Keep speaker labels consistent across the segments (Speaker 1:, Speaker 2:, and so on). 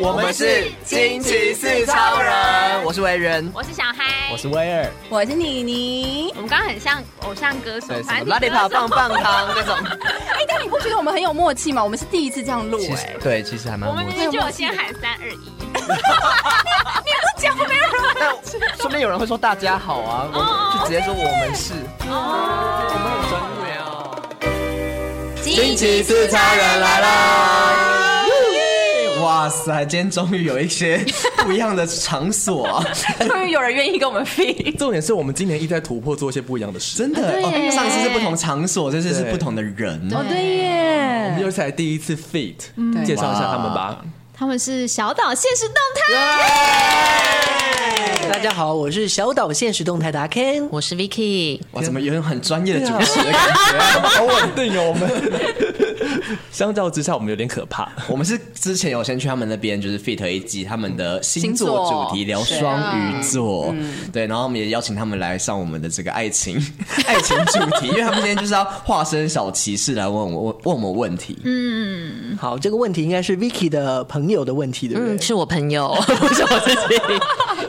Speaker 1: 我们是惊奇四超人，我是维人，
Speaker 2: 我是小嗨，
Speaker 3: 我是威尔，
Speaker 4: 我是妮妮
Speaker 2: 我。们刚刚很像偶像歌手
Speaker 3: 对，什么
Speaker 2: 反正
Speaker 1: 拉力跑棒棒糖那种。
Speaker 4: 哎、但你不觉得我们很有默契吗？我们是第一次这样录、
Speaker 3: 其
Speaker 4: 哎
Speaker 3: 实，对，其实还蛮
Speaker 2: 我们
Speaker 3: 默
Speaker 2: 明
Speaker 3: 契。
Speaker 2: 明就有先喊三二一，
Speaker 3: 但顺便有人会说大家好啊，
Speaker 1: 哦
Speaker 3: 我就直接说我们是，我们很专业哦。
Speaker 1: 惊奇四超人来啦！
Speaker 3: 哇塞，今天终于有一些不一样的场所啊！
Speaker 4: 终于有人愿意跟我们 fit。
Speaker 5: 重点是我们今年一直在突破，做一些不一样的事。
Speaker 3: 真的
Speaker 4: 对耶
Speaker 3: 哦，上次是不同场所，这次是
Speaker 5: 对
Speaker 3: 不同的人。
Speaker 4: 哦，对嗯耶，
Speaker 5: 又是才第一次 fit，
Speaker 4: 对
Speaker 5: 介绍一下他们吧。
Speaker 6: 他们是小岛现实动态。
Speaker 7: 大家好，我是小岛现实动态的阿 Ken。
Speaker 8: 我是 Vicky，
Speaker 3: 哇，怎么有种很专业的
Speaker 1: 啊
Speaker 3: 主持的感觉？
Speaker 5: 好稳定哦，我 们。相较之下，我们有点可怕。
Speaker 3: 我们是之前有先去他们那边，就是 fit 一集他们的星
Speaker 4: 星
Speaker 3: 座
Speaker 4: 座
Speaker 3: 主题，聊
Speaker 4: 是
Speaker 3: 双鱼
Speaker 8: 啊
Speaker 3: 座，
Speaker 8: 嗯
Speaker 3: 对，然后我们也邀请他们来上我们的这个爱情 爱情主题，因为他们今天就是要化身小骑士来问我问问我问题，
Speaker 8: 嗯
Speaker 7: 好，这个问题应该是 Vicky 的朋友的问题，对不对？
Speaker 8: 嗯，是我朋友， 不是我自己，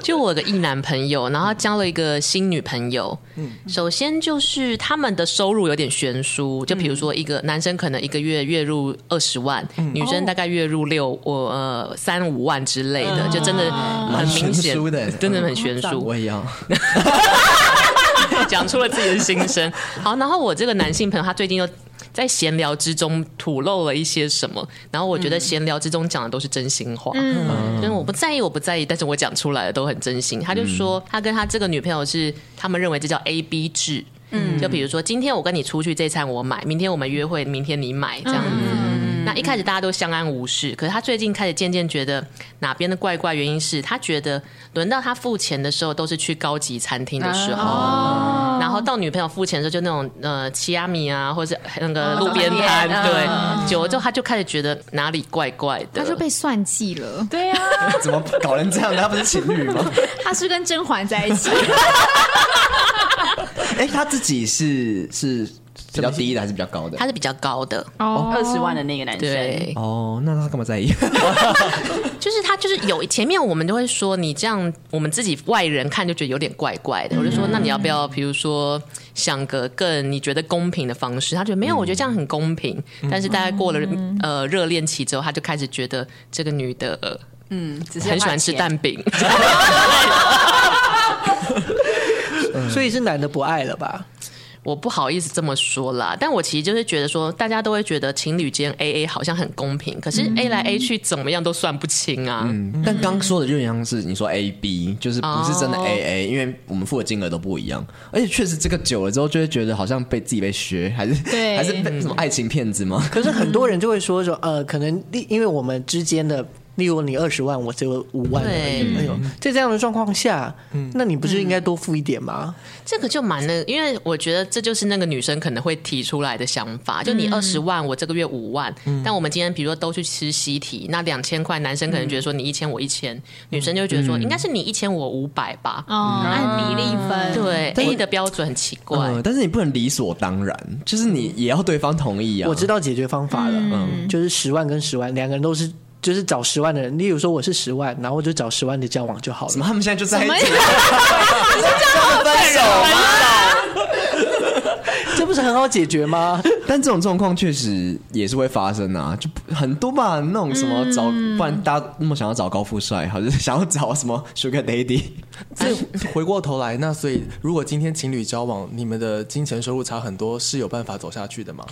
Speaker 8: 就我的一男朋友，然后他交了一个新女朋友。
Speaker 3: 嗯
Speaker 8: 首先就是他们的收入有点悬殊，就比如
Speaker 3: 嗯
Speaker 8: 说一个男生可能一个月月入二十万，女生大概月入六我呃三五万之类的，就真的很明
Speaker 3: 蛮悬
Speaker 8: 显
Speaker 3: 殊的嗯
Speaker 8: 真的很悬殊。
Speaker 3: 我也要。
Speaker 8: 讲出了自己的心声。好，然后我这个男性朋友他最近又在闲聊之中吐露了一些什么，然后我觉得闲聊之中讲的都是真心话，嗯，就是我不在意，我不在意，但是我讲出来的都很真心。他就说他跟他这个女朋友是他们认为这叫 A B 制。嗯，就比如说今天我跟你出去这餐我买，明天我们约会，明天你买这样子。那一开始大家都相安无事，可是他最近开始渐渐觉得哪边的怪怪，原因是他觉得轮到他付钱的时候都是去高级餐厅的时候，然
Speaker 4: 哦
Speaker 8: 后到女朋友付钱的时候就那种呃奇亚米啊，或者是那个
Speaker 4: 哦
Speaker 8: 路边摊，
Speaker 4: 嗯
Speaker 8: 对，久了之后他就开始觉得哪里怪怪的，
Speaker 6: 他就被算计了，
Speaker 4: 对呀、啊，
Speaker 3: 怎么搞成这样的？他不是情侣 吗？
Speaker 6: 他是跟甄嬛在一 起，
Speaker 3: 哎、他自己是是比较低的还是比较高的
Speaker 8: 他？是比较高的，
Speaker 4: 二十万的那个男生，
Speaker 8: 对，
Speaker 3: 哦，那他干嘛在意？
Speaker 8: 就是他就是有前面我们都会说你这样，我们自己外人看就觉得有点怪怪的。我就说，那你要不
Speaker 4: 嗯
Speaker 8: 要比如说想个更你觉得公平的方式？他觉得没有，我觉得这样很公平。
Speaker 4: 嗯
Speaker 8: 但是大概过了呃热恋期之后，他就开始觉得这个女的呃
Speaker 4: 嗯，只是
Speaker 8: 很喜欢吃
Speaker 4: 花钱，
Speaker 8: 蛋饼，
Speaker 7: 所以是男的不爱了吧？
Speaker 8: 我不好意思这么说啦，但我其实就是觉得说，大家都会觉得情侣间 A A 好像很公平，可是 A 来 A 去怎么样都算不清啊。
Speaker 3: 但刚说的就像是你说 A B，就是不是真的 A A，、因为我们付的金额都不一样，而且确实这个久了之后就会觉得好像被自己被学，还是
Speaker 6: 对
Speaker 3: 还是被什么爱情骗子吗？
Speaker 7: 可是很多人就会说说，呃，可能例因为我们之间的，例如你二十万，我只有五万而已。
Speaker 8: 对
Speaker 7: 哎呦，在这样的状况下，那你不是应该多付一点吗？
Speaker 8: 这个就蛮那个，因为我觉得这就是那个女生可能会提出来的想法，就你二十万，我这个月五万，但我们今天比如说都去吃西提，那两千块，男生可能觉得说你一千我一千，女生就会觉得说应该是你一千我五百吧。
Speaker 6: 哦，按比例分，
Speaker 8: 对 A 的标准很奇怪，
Speaker 3: 嗯，但是你不能理所当然，就是你也要对方同意啊。
Speaker 7: 我知道解决方法了，嗯，就是十万跟十万，两个人都是。就是找十万的人，例如说我是十万，然后我就找十万的交往就好
Speaker 3: 怎
Speaker 7: 了。
Speaker 3: 么他们现在就在一起啊了，他们分手吗？
Speaker 7: 这不是很好解决吗？
Speaker 3: 但这种状况确实也是会发生啊，就不很多吧，那种什么找，不然大家那么想要找高富帅，还是想要找什么 Sugar Daddy，
Speaker 5: 这回过头来，那所以如果今天情侣交往，你们的金钱收入差很多，是有办法走下去的吗？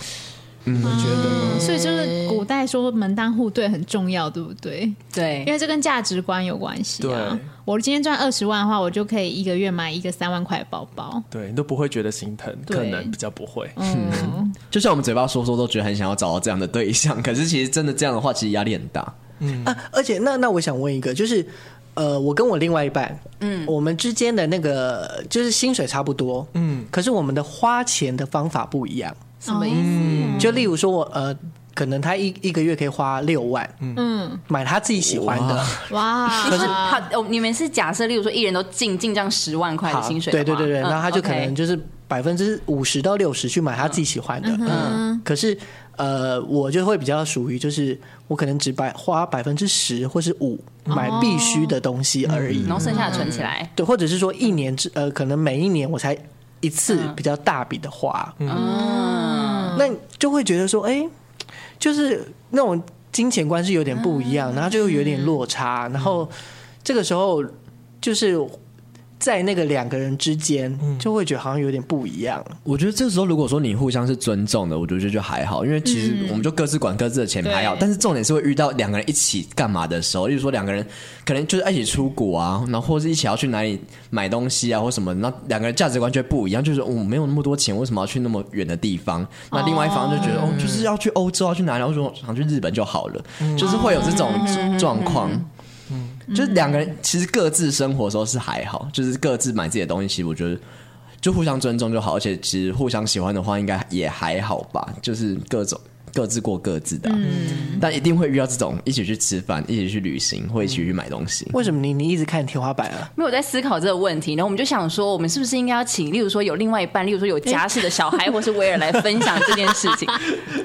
Speaker 6: 所以就是古代说门当户对很重要，对不对？因
Speaker 4: 对，
Speaker 6: 为这跟价值观有关系啊
Speaker 5: 对。
Speaker 6: 我今天赚二十万的话，我就可以一个月买一个三万块的包包。
Speaker 5: 对，你都不会觉得心疼，
Speaker 6: 对
Speaker 5: 可能比较不会。
Speaker 6: 嗯，
Speaker 3: 就像我们嘴巴说说都觉得很想要找到这样的对象，可是其实真的这样的话，其实压力很大。
Speaker 7: 啊，而且那那我想问一个，就是呃，我跟我另外一半，嗯，我们之间的那个就是薪水差不多，嗯，可是我们的花钱的方法不一样。
Speaker 4: 什么意思？
Speaker 6: 嗯
Speaker 7: 就例如说我呃，可能他一一个月可以花六万，嗯，买他自己喜欢的，
Speaker 6: 哇，
Speaker 4: 你说他哦，你们是假设，例如说一人都进进账十万块的
Speaker 7: 好，
Speaker 4: 薪水的
Speaker 7: 对
Speaker 4: 话，
Speaker 7: 对对对，
Speaker 4: 嗯
Speaker 7: 然后他就可
Speaker 4: OK
Speaker 7: 能就是百分之五十嗯到六十去买他自己喜欢的，嗯，可是呃，我就会比较属于就是我可能只百花百分之十或是五买
Speaker 4: 哦
Speaker 7: 必须的东西而已。
Speaker 4: 然后剩下的存起来。
Speaker 7: 对，或者是说一年之呃，可能每一年我才一次比较大笔的花，嗯，那你就会觉得说，哎、就是那种金钱观是有点不一样，然后就有点落差，然后这个时候就是在那个两个人之间，就会觉得好像有点不一样，
Speaker 3: 我觉得这时候如果说你互相是尊重的，我觉得就还好，因为其实我们就各自管各自的钱还好。但是重点是会遇到两个人一起干嘛的时候，例如说两个人可能就是一起出国啊，然后或是一起要去哪里买东西啊或什么，那两个人价值观就会不一样，就是我、哦没有那么多钱，为什么要去那么远的地方？那另外一方就觉得哦就是要去欧洲啊要去哪里，或者说想去日本就好了，就是会有这种状况。就是两个人其实各自生活的时候是还好，就是各自买自己的东西，其实我觉得就互相尊重就好，而且其实互相喜欢的话，应该也还好吧，就是各种各自过各自的啊、但一定会遇到这种一起去吃饭、一起去旅行或一起去买东西。
Speaker 7: 为什么你你一直看天花板啊？
Speaker 4: 没有在思考这个问题，然后我们就想说，我们是不是应该要请，例如说有另外一半，例如说有家室的小孩 或是威尔来分享这件事 情？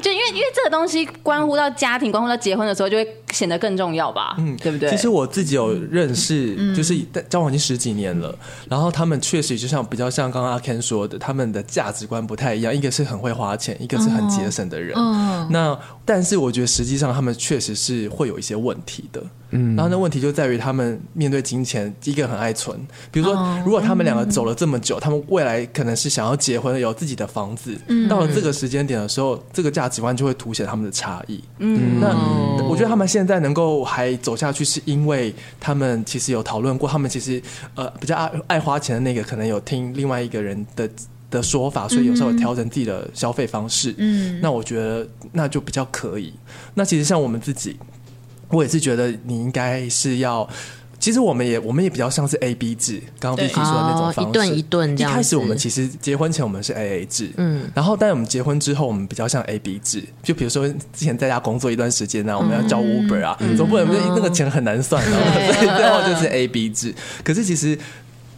Speaker 4: 就因为因为这个东西关乎到家庭，关乎到结婚的时候，就会显得更重要吧？嗯，对不嗯对？
Speaker 5: 其实我自己有认识，就是在交往已经十几年了，然后他们确实就像比较像刚刚阿 Ken 说的，他们的价值观不太一样，一个是很会花钱，一个是很节省的人。
Speaker 6: 嗯
Speaker 5: 那但是我觉得实际上他们确实是会有一些问题的。嗯，然后那问题就在于他们面对金钱，一个很爱存。比如说，如果他们两个走了这么久，他们未来可能是想要结婚，有自己的房子。到了这个时间点的时候，这个价值观就会凸显他们的差异。嗯，那我觉得他们现在能够还走下去，是因为他们其实有讨论过，他们其实呃比较爱爱花钱的那个，可能有听另外一个人的。的说法，所以有时候调整自己的消费方式，嗯，那我觉得那就比较可以。那其实像我们自己，我也是觉得你应该是要，其实我们也我们也比较像是 A B 制，刚刚 Vicky 说的那种方式，
Speaker 8: 哦一顿一顿这样子
Speaker 5: 开始我们其实结婚前我们是 A A 制，嗯，然后但我们结婚之后我们比较像 A B 制，就比如说之前在家工作一段时间啊，我们要交 Uber 啊，总不能那个钱很难算啊，所以 最后就是 A B 制。可是其实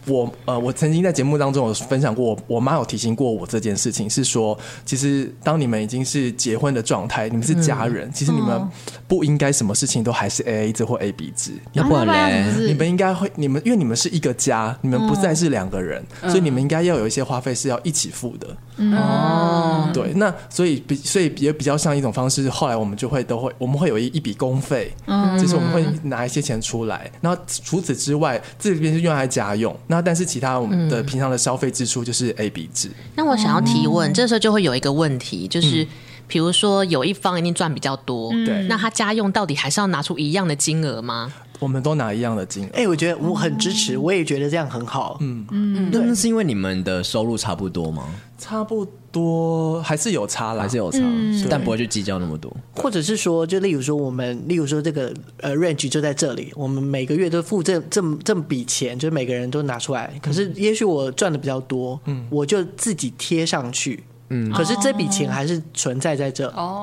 Speaker 5: 我呃，我曾经在节目当中有分享过，我我妈有提醒过我这件事情，是说，其实当你们已经是结婚的状态，你们是家人，其实你们不应该什么事情都还是 A A 制或 A B 制，你
Speaker 3: 要不然
Speaker 6: 啊然
Speaker 3: 嘞，
Speaker 5: 你们应该会，你们因为你们是一个家，你们不再是两个人，所以你们应该要有一些花费是要一起付的。哦，对，那所以比所以也比较像一种方式，后来我们就会都会我们会有一一笔公费，就是我们会拿一些钱出来，然后除此之外，这边是用来家用，那但是其他我们的平常的消费支出就是 A B 制，
Speaker 8: 那我想要提
Speaker 7: 哦
Speaker 8: 问，这时候就会有一个问题，就是。比如说，有一方一定赚比较多，
Speaker 7: 嗯
Speaker 5: 对
Speaker 8: 那他家用到底还是要拿出一样的金额吗？
Speaker 5: 我们都拿一样的金额。
Speaker 7: 哎、我觉得我很支持，我也觉得这样很好。嗯，
Speaker 3: 那那是因为你们的收入差不多吗？
Speaker 5: 差不多还是有差啦，
Speaker 3: 还是有差，但不会去计较那么多。
Speaker 7: 或者是说，就例如说我们，例如说这个呃 range 就在这里，我们每个月都付这这么这么笔钱，就是每个人都拿出来。可是也许我赚的比较多，嗯，我就自己贴上去，嗯，可是这笔
Speaker 8: 哦
Speaker 7: 钱还是存在在这，哦，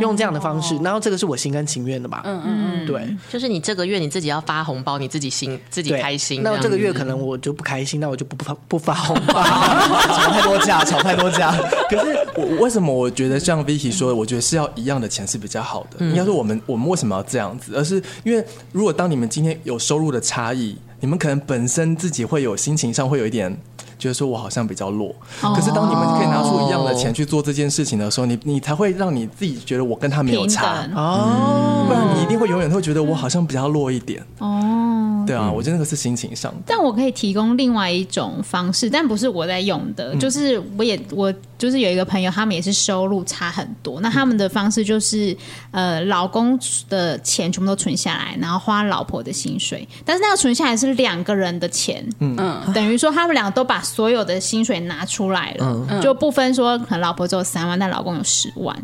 Speaker 7: 用这样的方式，然后这个是我心甘情愿的嘛，嗯嗯嗯，对。
Speaker 8: 就是你这个月你自己要发红包，你自己心自己
Speaker 7: 对，
Speaker 8: 开心。
Speaker 7: 那
Speaker 8: 样
Speaker 7: 这个
Speaker 8: 子
Speaker 7: 月可能我就不开心，那我就不发不发红包， 吵太多架，吵太多架。
Speaker 5: 可是 我为什么我觉得像 Vicky 说的，我觉得是要一样的钱是比较好的。应该说我们我们为什么要这样子，而是因为如果当你们今天有收入的差异，你们可能本身自己会有心情上会有一点。觉得说我好像比较弱，可是当你们可以拿出一样的钱去做这件事情的时候，你你才会让你自己觉得我跟他没有差
Speaker 6: 平，
Speaker 7: 哦，
Speaker 5: 不然你一定会永远会觉得我好像比较弱一点。
Speaker 6: 哦。
Speaker 5: 对啊，我觉得那个是心情上的。
Speaker 6: 但我可以提供另外一种方式，但不是我在用的，就是我也我就是有一个朋友，他们也是收入差很多，那他们的方式就是，呃，老公的钱全部都存下来，然后花老婆的薪水，但是那个存下来是两个人的钱，嗯，等于说他们两个都把所有的薪水拿出来了，就不分说可能老婆只有三万，但老公有十万，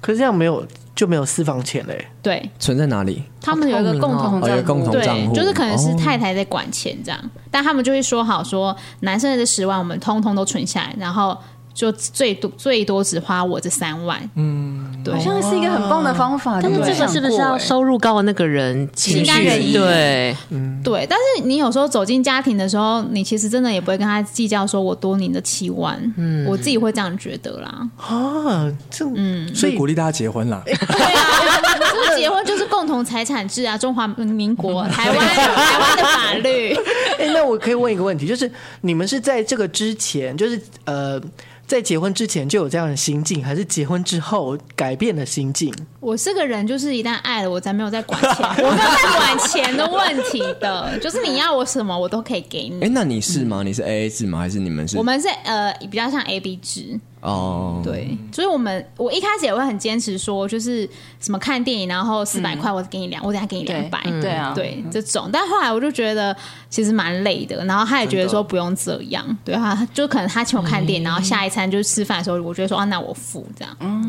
Speaker 7: 可是这样没有就没有私房钱嘞。
Speaker 6: 对
Speaker 3: 存在哪里？
Speaker 6: 他们有一个
Speaker 4: 啊
Speaker 6: 共同
Speaker 3: 哦，有共同账
Speaker 6: 对，
Speaker 3: 户，
Speaker 6: 就是可能是
Speaker 3: 哦
Speaker 6: 太太在管钱这样，但他们就会说好说，男生的这十万我们通通都存下来，然后就最多最多只花我这三万。
Speaker 5: 嗯，
Speaker 6: 对
Speaker 4: 好，像是一个很棒的方法。
Speaker 8: 但是这个是不是要
Speaker 7: 欸
Speaker 8: 收入高的那个人情
Speaker 6: 情感
Speaker 8: 绪？对，
Speaker 6: 对，但是你有时候走进家庭的时候，你其实真的也不会跟他计较，说我多你的七万，嗯，我自己会这样觉得啦。
Speaker 7: 啊，这嗯，所
Speaker 5: 所以
Speaker 7: 以
Speaker 5: 鼓励大家结婚啦。
Speaker 6: 对啊，就是结婚就是共同财产制啊，中华民国台湾台湾的法律。
Speaker 7: 哎、那我可以问一个问题，就是你们是在这个之前，就是呃，在结婚之前就有这样的心境，还是结婚之后改变的心境？
Speaker 6: 我这个人就是一旦爱了，我才没有在管钱，我没有在管钱的问题的，就是你要我什么我都可以给
Speaker 3: 哎，
Speaker 6: 你。
Speaker 3: 那你是吗？你是 A A 制吗？还是你们是？
Speaker 6: 我们是呃比较像 A B 制，
Speaker 3: 哦，
Speaker 6: 对，所以我们我一开始也会很坚持说，就是什么看电影，然后四百块我给你两，我等下给你两百，
Speaker 4: 对啊
Speaker 6: 对这种。但后来我就觉得其实蛮累的，然后他也觉得说不用这样，对他就可能他请我看电影，然后下一餐就是吃饭的时候，我就会说啊，那我付这样。
Speaker 7: 啊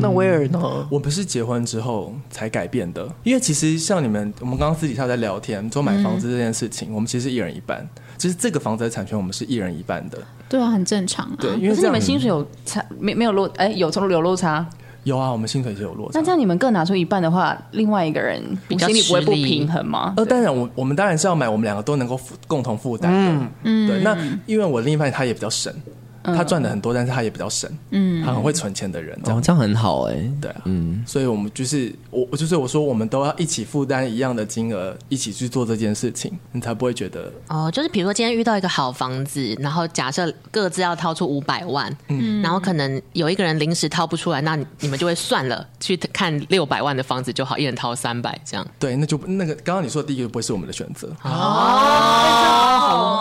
Speaker 7: 那威尔呢？
Speaker 5: 我们是结婚之后才改变的，因为其实像你们，我们刚刚私底下在聊天，说买房子这件事情，我们其实一人一半，就是这个房子的产权我们是一人一半的。
Speaker 6: 对啊，很正常啊。
Speaker 5: 对，
Speaker 4: 哦
Speaker 5: 因
Speaker 4: 可
Speaker 5: 为
Speaker 4: 是
Speaker 5: 这
Speaker 4: 你
Speaker 5: 样
Speaker 4: 们薪水有差没没有落哎有有落差？
Speaker 5: 有啊，我们薪水是有落差
Speaker 4: 那。这样你们各拿出一半的话，另外一个人
Speaker 8: 比较
Speaker 4: 心里不会
Speaker 8: 吃
Speaker 4: 不
Speaker 8: 力
Speaker 4: 平衡吗？
Speaker 5: 呃，当然，我我们当然是要买我们两个都能够负共同负担的。嗯，对。那因为我另一半他也比较省，
Speaker 4: 嗯
Speaker 5: 他赚的很多，但是他也比较省，嗯，他很会存钱的人，这样
Speaker 3: 哦，这样很好哎。
Speaker 5: 对啊，嗯，所以我们就是我，我就是我说，我们都要一起负担一样的金额，一起去做这件事情，你才不会觉得
Speaker 8: 哦，就是比如说今天遇到一个好房子，然后假设各自要掏出五百万，嗯，然后可能有一个人临时掏不出来，那你你们就会算了，去看六百万的房子就好，一人掏三百这样。
Speaker 5: 对，那就不那个刚刚你说的第一个就不会是我们的选择。啊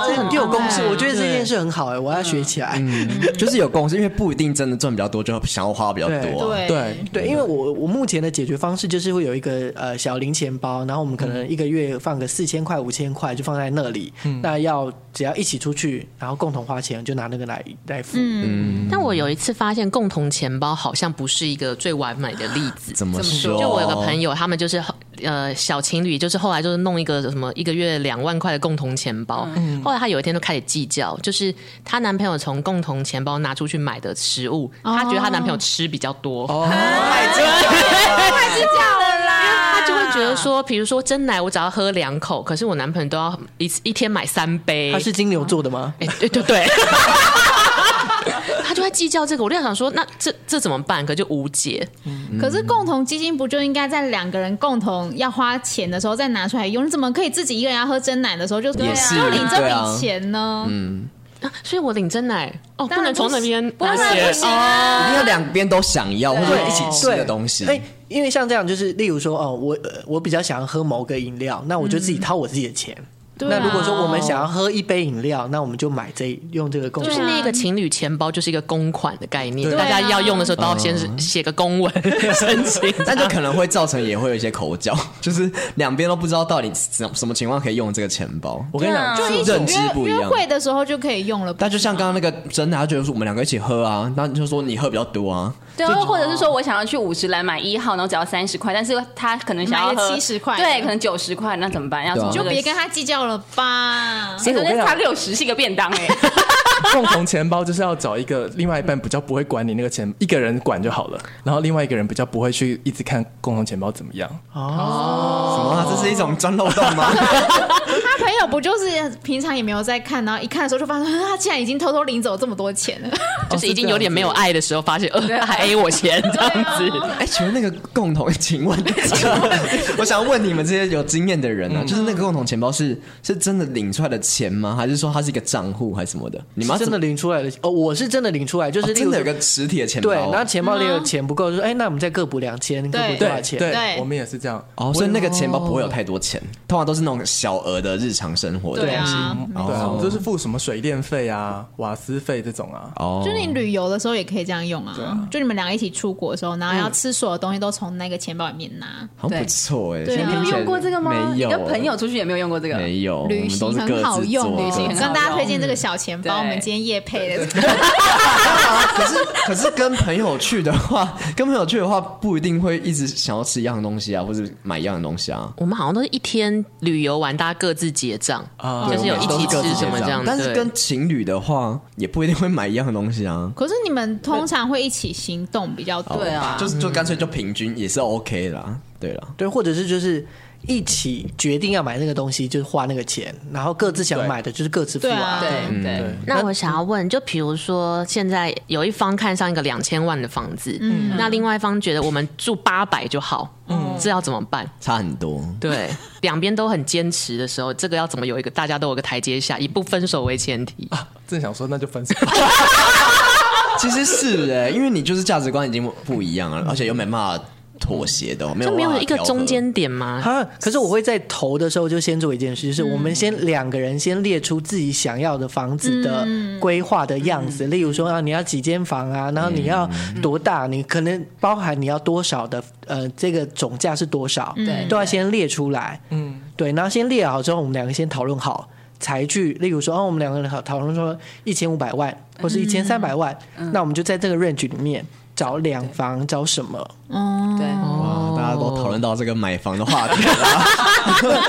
Speaker 7: 这很有公式，我觉得这件事很好哎、我要学起来。
Speaker 3: 嗯 就是有共识，因为不一定真的赚比较多，就想要花比较多啊。
Speaker 6: 对
Speaker 5: 对，
Speaker 7: 对，因为我我目前的解决方式就是会有一个呃小零钱包，然后我们可能一个月放个四千块、五千块就放在那里，那要只要一起出去，然后共同花钱就拿那个来来付。
Speaker 8: 但我有一次发现，共同钱包好像不是一个最完美的例子。
Speaker 3: 怎么
Speaker 7: 哦
Speaker 3: 说？
Speaker 8: 就我有个朋友，他们就是呃小情侣，就是后来就是弄一个什么一个月两万块的共同钱包。后来她有一天就开始计较，就是她男朋友从共同钱包拿出去买的食物，她觉得她男朋友吃比较多，
Speaker 7: 哦
Speaker 8: 她就会觉得说，比如说真奶我只要喝两口，可是我男朋友都要一次一天买三杯。
Speaker 7: 他是金牛座的吗？
Speaker 8: 哎、对对对。 他就会计较这个，我就想说，那这这怎么办？可就无解。
Speaker 6: 可是共同基金不就应该在两个人共同要花钱的时候再拿出来用？你怎么可以自己一个人要喝真奶的时候就就
Speaker 3: 也是
Speaker 6: 领这
Speaker 3: 对啊
Speaker 6: 笔钱呢？
Speaker 8: 啊所以我领真奶哦，不
Speaker 6: 当然
Speaker 8: 能从
Speaker 6: 不
Speaker 8: 那
Speaker 6: 行
Speaker 8: 边
Speaker 6: 不
Speaker 8: 拿
Speaker 6: 能不
Speaker 8: 钱
Speaker 6: 行啊！
Speaker 3: 一定要两边都想要，或者一起吃的东西。
Speaker 7: 哎， 因为像这样，就是例如说，哦，我呃我比较想要喝某个饮料，那我就自己掏我自己的钱。
Speaker 6: 嗯对
Speaker 7: 那如果
Speaker 6: 啊
Speaker 7: 说我们想要喝一杯饮料，那我们就买这用这个共
Speaker 8: 就是
Speaker 6: 啊
Speaker 7: 识。
Speaker 8: 那个情侣钱包就是一个公款的概念，
Speaker 6: 对啊哦
Speaker 8: 大家要用的时候都要先是写个公文申请。
Speaker 3: 但就可能会造成也会有一些口角，就是两边都不知道到底什么什么情况可以用这个钱包，
Speaker 5: 我跟你讲，
Speaker 6: 就一起
Speaker 3: 认知不一
Speaker 6: 约
Speaker 3: 样
Speaker 6: 约。会的时候就可以用了。
Speaker 3: 但就像刚刚那个真的，他觉得说我们两个一起喝啊，那你就说你喝比较多啊，
Speaker 4: 对啊，或者是说我想要去五十来买一号，然后只要三十块，但是他可能想要
Speaker 6: 买了
Speaker 4: 喝
Speaker 6: 70块
Speaker 4: 对，可能九十块，那怎么办？要从
Speaker 3: 对啊
Speaker 4: 这
Speaker 6: 就
Speaker 4: 个
Speaker 6: 别跟他计较了吧。
Speaker 4: 哎，昨天差六十是一个便当哎，
Speaker 5: 共同钱包就是要找一个另外一半比较不会管你那个钱，一个人管就好了，然后另外一个人比较不会去一直看共同钱包怎么样。
Speaker 3: 什么啊？这是一种钻漏洞吗？
Speaker 6: 他朋友不就是平常也没有在看，然后一看的时候就发现，啊他竟然已经偷偷领走这么多钱了。
Speaker 8: 就是已经有点没有爱的时候，发现
Speaker 6: 哦
Speaker 8: 呃 他还 A 我钱这
Speaker 6: 啊
Speaker 8: 样子。
Speaker 3: 哎，请问那个共同，请问，请问我想问你们这些有经验的人啊，就是那个共同钱包是是真的领出来的钱吗？还是说它是一个账户还是什么的？你们
Speaker 7: 是
Speaker 3: 要
Speaker 7: 真的
Speaker 3: 怎么
Speaker 7: 领出来的哦，我是真的领出来，就是
Speaker 3: 哦
Speaker 7: 例
Speaker 3: 真
Speaker 7: 如说
Speaker 3: 的有个实体的钱包
Speaker 7: 对，
Speaker 3: 啊，
Speaker 7: 然后钱包里有钱不够，就说哎，那我们再各补两千，各补
Speaker 6: 对
Speaker 7: 多少
Speaker 5: 对
Speaker 7: 钱？
Speaker 6: 对
Speaker 5: 我们也是这样。
Speaker 3: 哦，所以那个钱包不会有太多钱，通常都是那种小额的日常生活的
Speaker 6: 对
Speaker 3: 东西。
Speaker 6: 啊，
Speaker 5: 对
Speaker 3: 哦
Speaker 5: 啊，我们就是付什么水电费啊、瓦斯费这种啊。
Speaker 3: 哦，
Speaker 6: 就你旅游的时候也可以这样用啊。嗯就你们两个一起出国的时候，然后要吃所有东西都从那个钱包里面拿。
Speaker 3: 好像不错哎，
Speaker 6: 对
Speaker 3: 现在
Speaker 6: 你
Speaker 3: 听
Speaker 6: 没
Speaker 3: 起来
Speaker 4: 用过这个吗？
Speaker 3: 没有，
Speaker 4: 跟朋友出去也没有用过这个。
Speaker 3: 没哦有，我
Speaker 6: 旅
Speaker 3: 们
Speaker 6: 行
Speaker 3: 都是各
Speaker 6: 很好
Speaker 3: 自
Speaker 6: 用，嗯
Speaker 3: 做
Speaker 6: 旅
Speaker 3: 的。
Speaker 6: 行
Speaker 4: 很
Speaker 6: 跟
Speaker 4: 好
Speaker 6: 大家
Speaker 4: 用
Speaker 6: 推荐这个小钱包，
Speaker 4: 对
Speaker 6: 我们今天夜配的。
Speaker 3: 可是可是跟朋友去的话，跟朋友去的话不一定会一直想要吃一样的东西啊，或者买一样的东西啊。
Speaker 8: 我们好像都是一天旅游完，大家各自结账，
Speaker 5: 啊
Speaker 8: 啊就是有一
Speaker 3: 都
Speaker 8: 起
Speaker 3: 是各
Speaker 8: 吃
Speaker 3: 自
Speaker 8: 什么
Speaker 3: 结账
Speaker 8: 这样。
Speaker 3: 但是
Speaker 8: 对
Speaker 3: 跟情侣的话，也不一定会买一样的东西啊。啊，
Speaker 6: 可是你们通常会一起行动比较多，
Speaker 4: 对啊
Speaker 3: 就是就干脆就平均也是 OK 啦，对啦。
Speaker 7: 对，或者是就是一起决定要买那个东西，就是花那个钱，然后各自想买的就是各自付啊。
Speaker 6: 对啊
Speaker 4: 对对，
Speaker 5: 对
Speaker 8: 那我想要问，就比如说，现在有一方看上一个两千万的房子，
Speaker 6: 嗯
Speaker 8: 那另外一方觉得我们住八百就好，
Speaker 3: 嗯
Speaker 8: 这要怎么办？
Speaker 3: 差很多，
Speaker 8: 对，两边都很坚持的时候，这个要怎么有一个大家都有个台阶下，以不分手为前提？
Speaker 5: 啊正想说那就分手，
Speaker 3: 其实是哎、因为你就是价值观已经不一样了，而且又没办法妥协的哦，没有
Speaker 8: 嗯就没
Speaker 3: 办
Speaker 8: 有
Speaker 3: 法
Speaker 8: 一个
Speaker 3: 调和
Speaker 8: 中间点吗？
Speaker 7: 啊！可是我会在投的时候就先做一件事，就是我们先两个人先列出自己想要的房子的规划的样子，例如说啊，你要几间房啊，然后你要多大，你可能包含你要多少的呃，这个总价是多少，
Speaker 4: 对
Speaker 7: 都要先列出来。嗯，对，然后先列好之后，我们两个先讨论好。才去，例如说，哦，我们两个人讨讨论说一千五百万或是一千三百万，那我们就在这个 range 里面找两房，找什么？
Speaker 4: 对，
Speaker 3: 哇，大家都讨论到这个买房的话 题了，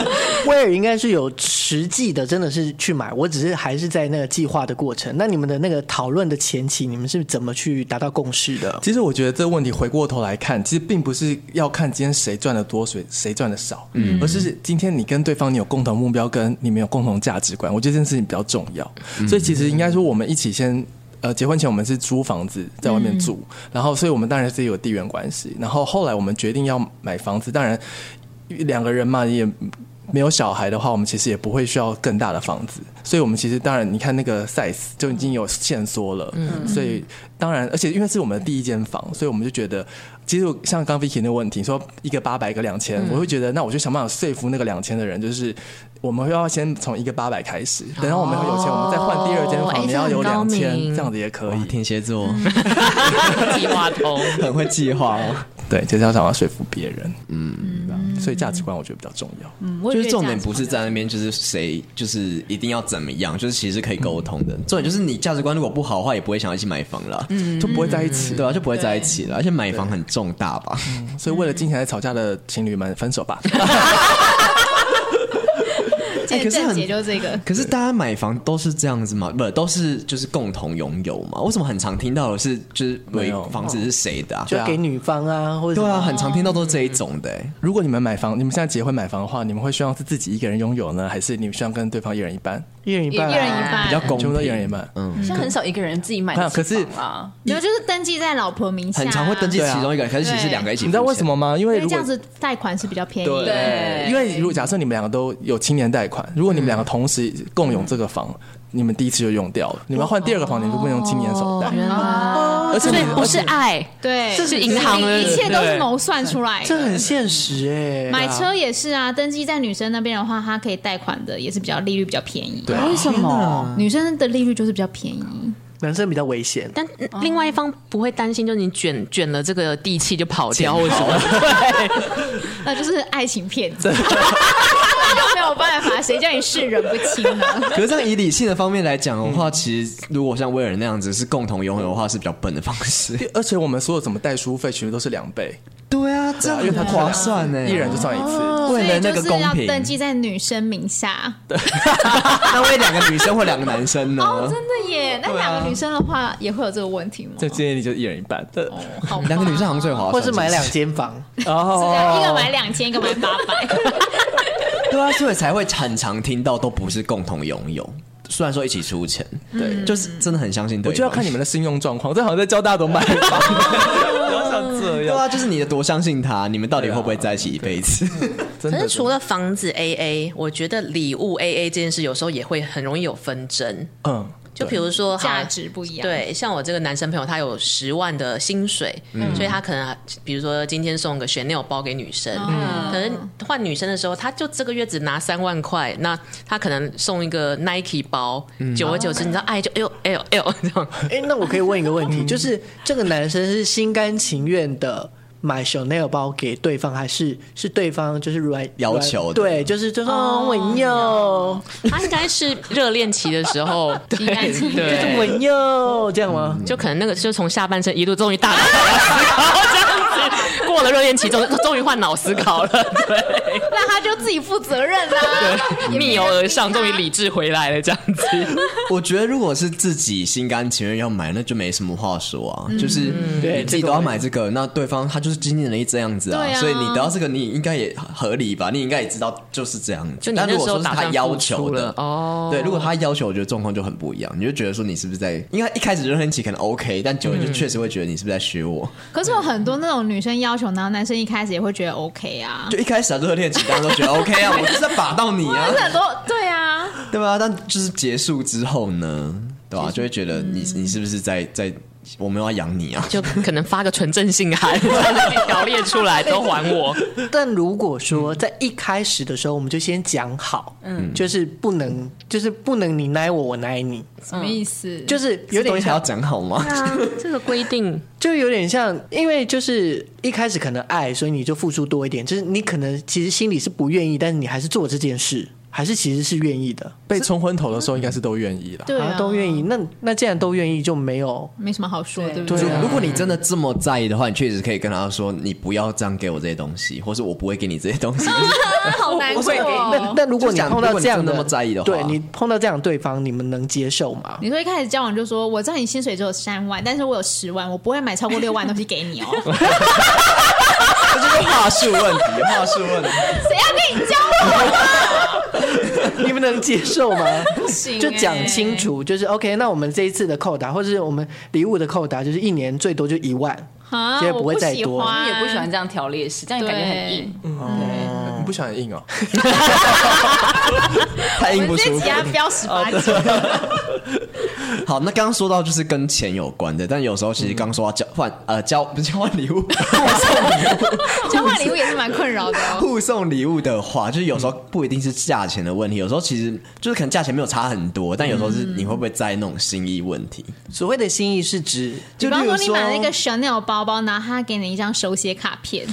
Speaker 7: 威尔应该是有实际的，真的是去买，我只是还是在那个计划的过程。那你们的那个讨论的前期，你们是怎么去达到共识的？
Speaker 5: 其实我觉得这个问题回过头来看，其实并不是要看今天谁赚的多，谁谁赚的少，而是今天你跟对方你有共同目标，跟你们有共同价值观，我觉得这件事情比较重要。所以其实应该说，我们一起先。呃，结婚前我们是租房子在外面住，然后所以我们当然是有地缘关系。然后后来我们决定要买房子，当然两个人嘛也没有小孩的话，我们其实也不会需要更大的房子，所以我们其实当然，你看那个 size 就已经有限缩了，所以当然，而且因为是我们的第一间房，所以我们就觉得，其实我像刚 Vicky 那个问题，说一个八百，一个两千、我会觉得，那我就想办法说服那个两千的人，就是我们要先从一个八百开始，等到我们有钱，我们再换第二间
Speaker 8: 哎
Speaker 5: 房，你要
Speaker 8: 这
Speaker 5: 有
Speaker 8: 很高
Speaker 5: 两
Speaker 8: 明
Speaker 5: 千，这样子也可以。
Speaker 3: 天蝎座
Speaker 8: 计划通。
Speaker 3: 很会计划哦，
Speaker 5: 对，就是要想要说服别人，嗯，所以价值观我觉得比较重要。
Speaker 6: 嗯我也
Speaker 3: 就
Speaker 6: 觉
Speaker 3: 是
Speaker 6: 得
Speaker 3: 重
Speaker 6: 这样
Speaker 3: 点
Speaker 6: 子
Speaker 3: 不是在那边，就是谁就是一定要怎么样，就是其实可以沟通的。重点就是你价值观如果不好的话，也不会想要一起买房了，
Speaker 5: 就不会在一起，
Speaker 3: 对啊，就不会在一起了。而且买房很重大吧？
Speaker 5: 所以为了金钱在吵架的情侣们，分手吧。
Speaker 6: 见
Speaker 3: 可是
Speaker 6: 正
Speaker 3: 很
Speaker 6: 解哎就是这个，
Speaker 3: 可是大家买房都是这样子吗？不，都是就是共同拥有嘛？为什么很常听到的是就是
Speaker 5: 没有
Speaker 3: 房子是谁的啊？
Speaker 7: 就给女方啊，或者
Speaker 3: 对
Speaker 7: 什
Speaker 3: 啊，
Speaker 7: 么
Speaker 3: 很常听到都是这一种的、欸。
Speaker 5: 如果你们买房，你们现在结婚买房的话，你们会希望是自己一个人拥有呢，还是你们希望跟对方一人一半？
Speaker 7: 一人一半、
Speaker 6: 一人一
Speaker 7: 啊。
Speaker 6: 半
Speaker 3: 比较公
Speaker 5: 全
Speaker 3: 平
Speaker 5: 部都一人一半。嗯，
Speaker 4: 现在很少一个人自己买
Speaker 5: 没
Speaker 4: 得
Speaker 5: 有可
Speaker 4: 起
Speaker 5: 是
Speaker 4: 房啦。
Speaker 6: 然后就是登记在老婆名下，啊
Speaker 3: 很常会登记其中一个，可是其实是
Speaker 6: 对
Speaker 3: 两个一起。
Speaker 5: 你知道为什？么吗？因为
Speaker 6: 因为
Speaker 5: 如
Speaker 6: 这
Speaker 5: 果
Speaker 6: 样子贷款是比较便宜的。
Speaker 5: 对，因为如果假设你们两个都有青年贷款，如果你们两个同时共用这个房，你们第一次就用掉了，你们要换第二个房，你们就不能用青年首贷，而且
Speaker 8: 所
Speaker 5: 你
Speaker 8: 以
Speaker 5: 们
Speaker 8: 不是爱，
Speaker 6: 对，
Speaker 8: 这是银行的
Speaker 6: 一切都是谋算出来
Speaker 7: 这很
Speaker 6: 的。
Speaker 7: 现实哎、
Speaker 6: 买车也是啊，登记在女生那边的话，她可以贷款的也是比较利率比较便宜。
Speaker 5: 对
Speaker 4: 为什么？
Speaker 6: 女生的利率就是比较便宜，
Speaker 7: 男生比较危险。
Speaker 8: 但另外一方不会担心，就是你卷卷了这个地气就跑掉或什
Speaker 5: 哦
Speaker 8: 么。对，
Speaker 6: 那就是爱情骗子， 又没有办法，谁叫你世人不清呢？
Speaker 3: 可是这样以理性的方面来讲的话，其实如果像威尔那样子是共同拥有的话，是比较笨的方式。
Speaker 5: 而且我们所有怎么贷书费，其实都是两倍，
Speaker 3: 对啊，这样很划算呢、
Speaker 5: 一人就算一次。
Speaker 6: 所
Speaker 3: 为了
Speaker 6: 以
Speaker 3: 那
Speaker 6: 就
Speaker 3: 个
Speaker 6: 是
Speaker 3: 公
Speaker 6: 要
Speaker 3: 平，
Speaker 6: 登记在女生名下。
Speaker 3: 那为两个女生或两个男生呢？
Speaker 6: 哦，真的耶！那两个女生的话也会有这个问题吗？
Speaker 5: 这建议就一人一半。对
Speaker 6: 好吧
Speaker 3: 两个女生好像最划算，
Speaker 7: 或是买两
Speaker 3: 其实
Speaker 7: 间房，
Speaker 5: 哦
Speaker 6: 一个买两千，一个买八百。
Speaker 3: 对啊，所以才会很常听到都不是共同拥有，虽然说一起出钱，
Speaker 6: 嗯
Speaker 3: 对，就是真的很相信对方。
Speaker 5: 我就要看你们的信用状况，这好像在教大家怎么买房，不要像这
Speaker 3: 对
Speaker 5: 样，
Speaker 3: 啊，就是你的多相信他，你们到底会不会在一起一辈子？
Speaker 5: 真
Speaker 8: 可
Speaker 5: 的
Speaker 8: 是。除了房子 AA，我觉得礼物 AA 这件事有时候也会很容易有纷争。
Speaker 5: 嗯，
Speaker 8: 就比如说好
Speaker 6: 价值不一样。，
Speaker 8: 对，像我这个男生朋友，他有十万的薪水，所以他可能啊比如说今天送个 Chanel 包给女生，可能换女生的时候，他就这个月只拿三万块，那他可能送一个 Nike 包，久而久之，你知道爱就哎呦哎呦哎呦这样，
Speaker 7: 哎、那我可以问一个问
Speaker 3: 嗯
Speaker 7: 题，就是这个男生是心甘情愿的买 Chanel 包给对方，还是是对方就是软
Speaker 3: 要求的
Speaker 7: 对，就是就说、哦、我
Speaker 6: 哦
Speaker 7: 要，
Speaker 8: 他应该是热恋期的时候， 对
Speaker 7: 就是我
Speaker 8: 对，
Speaker 7: 要这样吗？
Speaker 8: 就可能那个就从下半身一路终于大然后这样子，果过了热恋期，终终于换脑思 考了，对，
Speaker 6: 那他就自己负责任啦。
Speaker 8: 逆游而上，终于理智回来了，这样子。
Speaker 3: 我觉得如果是自己心甘情愿要买，那就没什么话说啊。
Speaker 6: 嗯
Speaker 3: 就是
Speaker 7: 对
Speaker 3: 你自己都要买这个，那对方他就是经历了一这样子啊，
Speaker 6: 对啊
Speaker 3: 所以你得到这个，你应该也合理吧？你应该也知道就是这样子。
Speaker 8: 就你
Speaker 3: 但如
Speaker 8: 那
Speaker 3: 果
Speaker 8: 时
Speaker 3: 说
Speaker 8: 候
Speaker 3: 是
Speaker 8: 打
Speaker 3: 他
Speaker 8: 算
Speaker 3: 要
Speaker 8: 付
Speaker 3: 求
Speaker 8: 出
Speaker 3: 的
Speaker 8: 了，哦，
Speaker 3: 对，如果他要求，我觉得状况就很不一样。你就觉得说你是不是在，应该一开始热恋期可能 OK，但久了就确实会觉得你是不是在学我。
Speaker 6: 可是有很多那种女生要求，然后男生一开始也会觉得 OK
Speaker 8: 嗯
Speaker 6: 啊，
Speaker 3: 就一开始啊，热恋期大家都觉得 OK 啊，我就是在 把到你啊
Speaker 6: 可，是很多对啊，
Speaker 3: 对吧？但就是结束之后呢，对吧、就会觉得你你是不是在在我们要养你啊？
Speaker 8: 就可能发个纯正信函，条列出来都还我。
Speaker 7: 但如果
Speaker 6: 嗯
Speaker 7: 说在一开始的时候，我们就先讲好，嗯，就是不能，就是不能你奶我，我奶你，
Speaker 6: 什么意思？
Speaker 7: 就是有
Speaker 3: 这东
Speaker 7: 点
Speaker 3: 西还要
Speaker 7: 像，
Speaker 3: 讲好吗？
Speaker 8: 这个规定
Speaker 7: 就有点像，因为就是一开始可能爱，所以你就付出多一点，就是你可能其实心里是不愿意，但是你还是做这件事，还是其实是愿意的，
Speaker 5: 被冲昏头的时候，应该是都愿意了。
Speaker 6: 对
Speaker 7: 好
Speaker 6: 啊
Speaker 7: 像，都愿意。那那既然都愿意，就没有
Speaker 6: 没什么好说，对不
Speaker 7: 对
Speaker 6: 对？啊
Speaker 3: 就如果你真的这么在意的话，你确实可以跟他说，你不要这样给我这些东 西，或是我不会给你这些东 西。
Speaker 6: 好难过
Speaker 7: 那
Speaker 6: 哦。
Speaker 7: 那如果
Speaker 3: 就
Speaker 7: 你
Speaker 3: 讲
Speaker 7: 碰
Speaker 3: 如
Speaker 7: 到
Speaker 3: 果你
Speaker 7: 这样
Speaker 3: 真
Speaker 7: 的
Speaker 3: 的那么在意的话
Speaker 7: 对你碰到这样的对方，你们能接受 吗？
Speaker 6: 你说一开始交往就说，我知道你薪水只有三万，但是我有十万，我不会买超过六万的东西给你哦。
Speaker 3: 这就是话术问题，话术问题。
Speaker 6: 谁要跟你交往？
Speaker 7: 你们能接受吗？
Speaker 6: 行欸
Speaker 7: 就讲清楚，就是 OK。那我们这一次的扣打，或者是我们礼物的扣打，就是一年最多就一万。
Speaker 6: 啊，
Speaker 7: 现在不会再多
Speaker 6: 我
Speaker 7: 我
Speaker 6: 不喜欢
Speaker 4: 也不喜
Speaker 8: 啊
Speaker 4: 欢这样条列式，这样感觉很硬。
Speaker 5: 你不喜欢硬哦，
Speaker 3: 太硬哎不
Speaker 6: 我
Speaker 3: 舒
Speaker 6: 这
Speaker 3: 服
Speaker 6: 集。要标十 八级，
Speaker 3: 好，那刚刚说到就是跟钱有关的，但有时候其实刚说到交换呃交不是交换 礼物，
Speaker 6: 交换礼物也是蛮困扰的哦。
Speaker 3: 互送礼物的话，就是有时候不一定是价钱的问题，有时候其实就是可能价钱没有差很多，但有时候是你会不会在意那种心意问题。
Speaker 7: 所谓的心意是指，
Speaker 6: 比
Speaker 3: 就例
Speaker 6: 方
Speaker 3: 如
Speaker 6: 说，你买了一个 Chanel 包包，然后他给你一张手写卡片，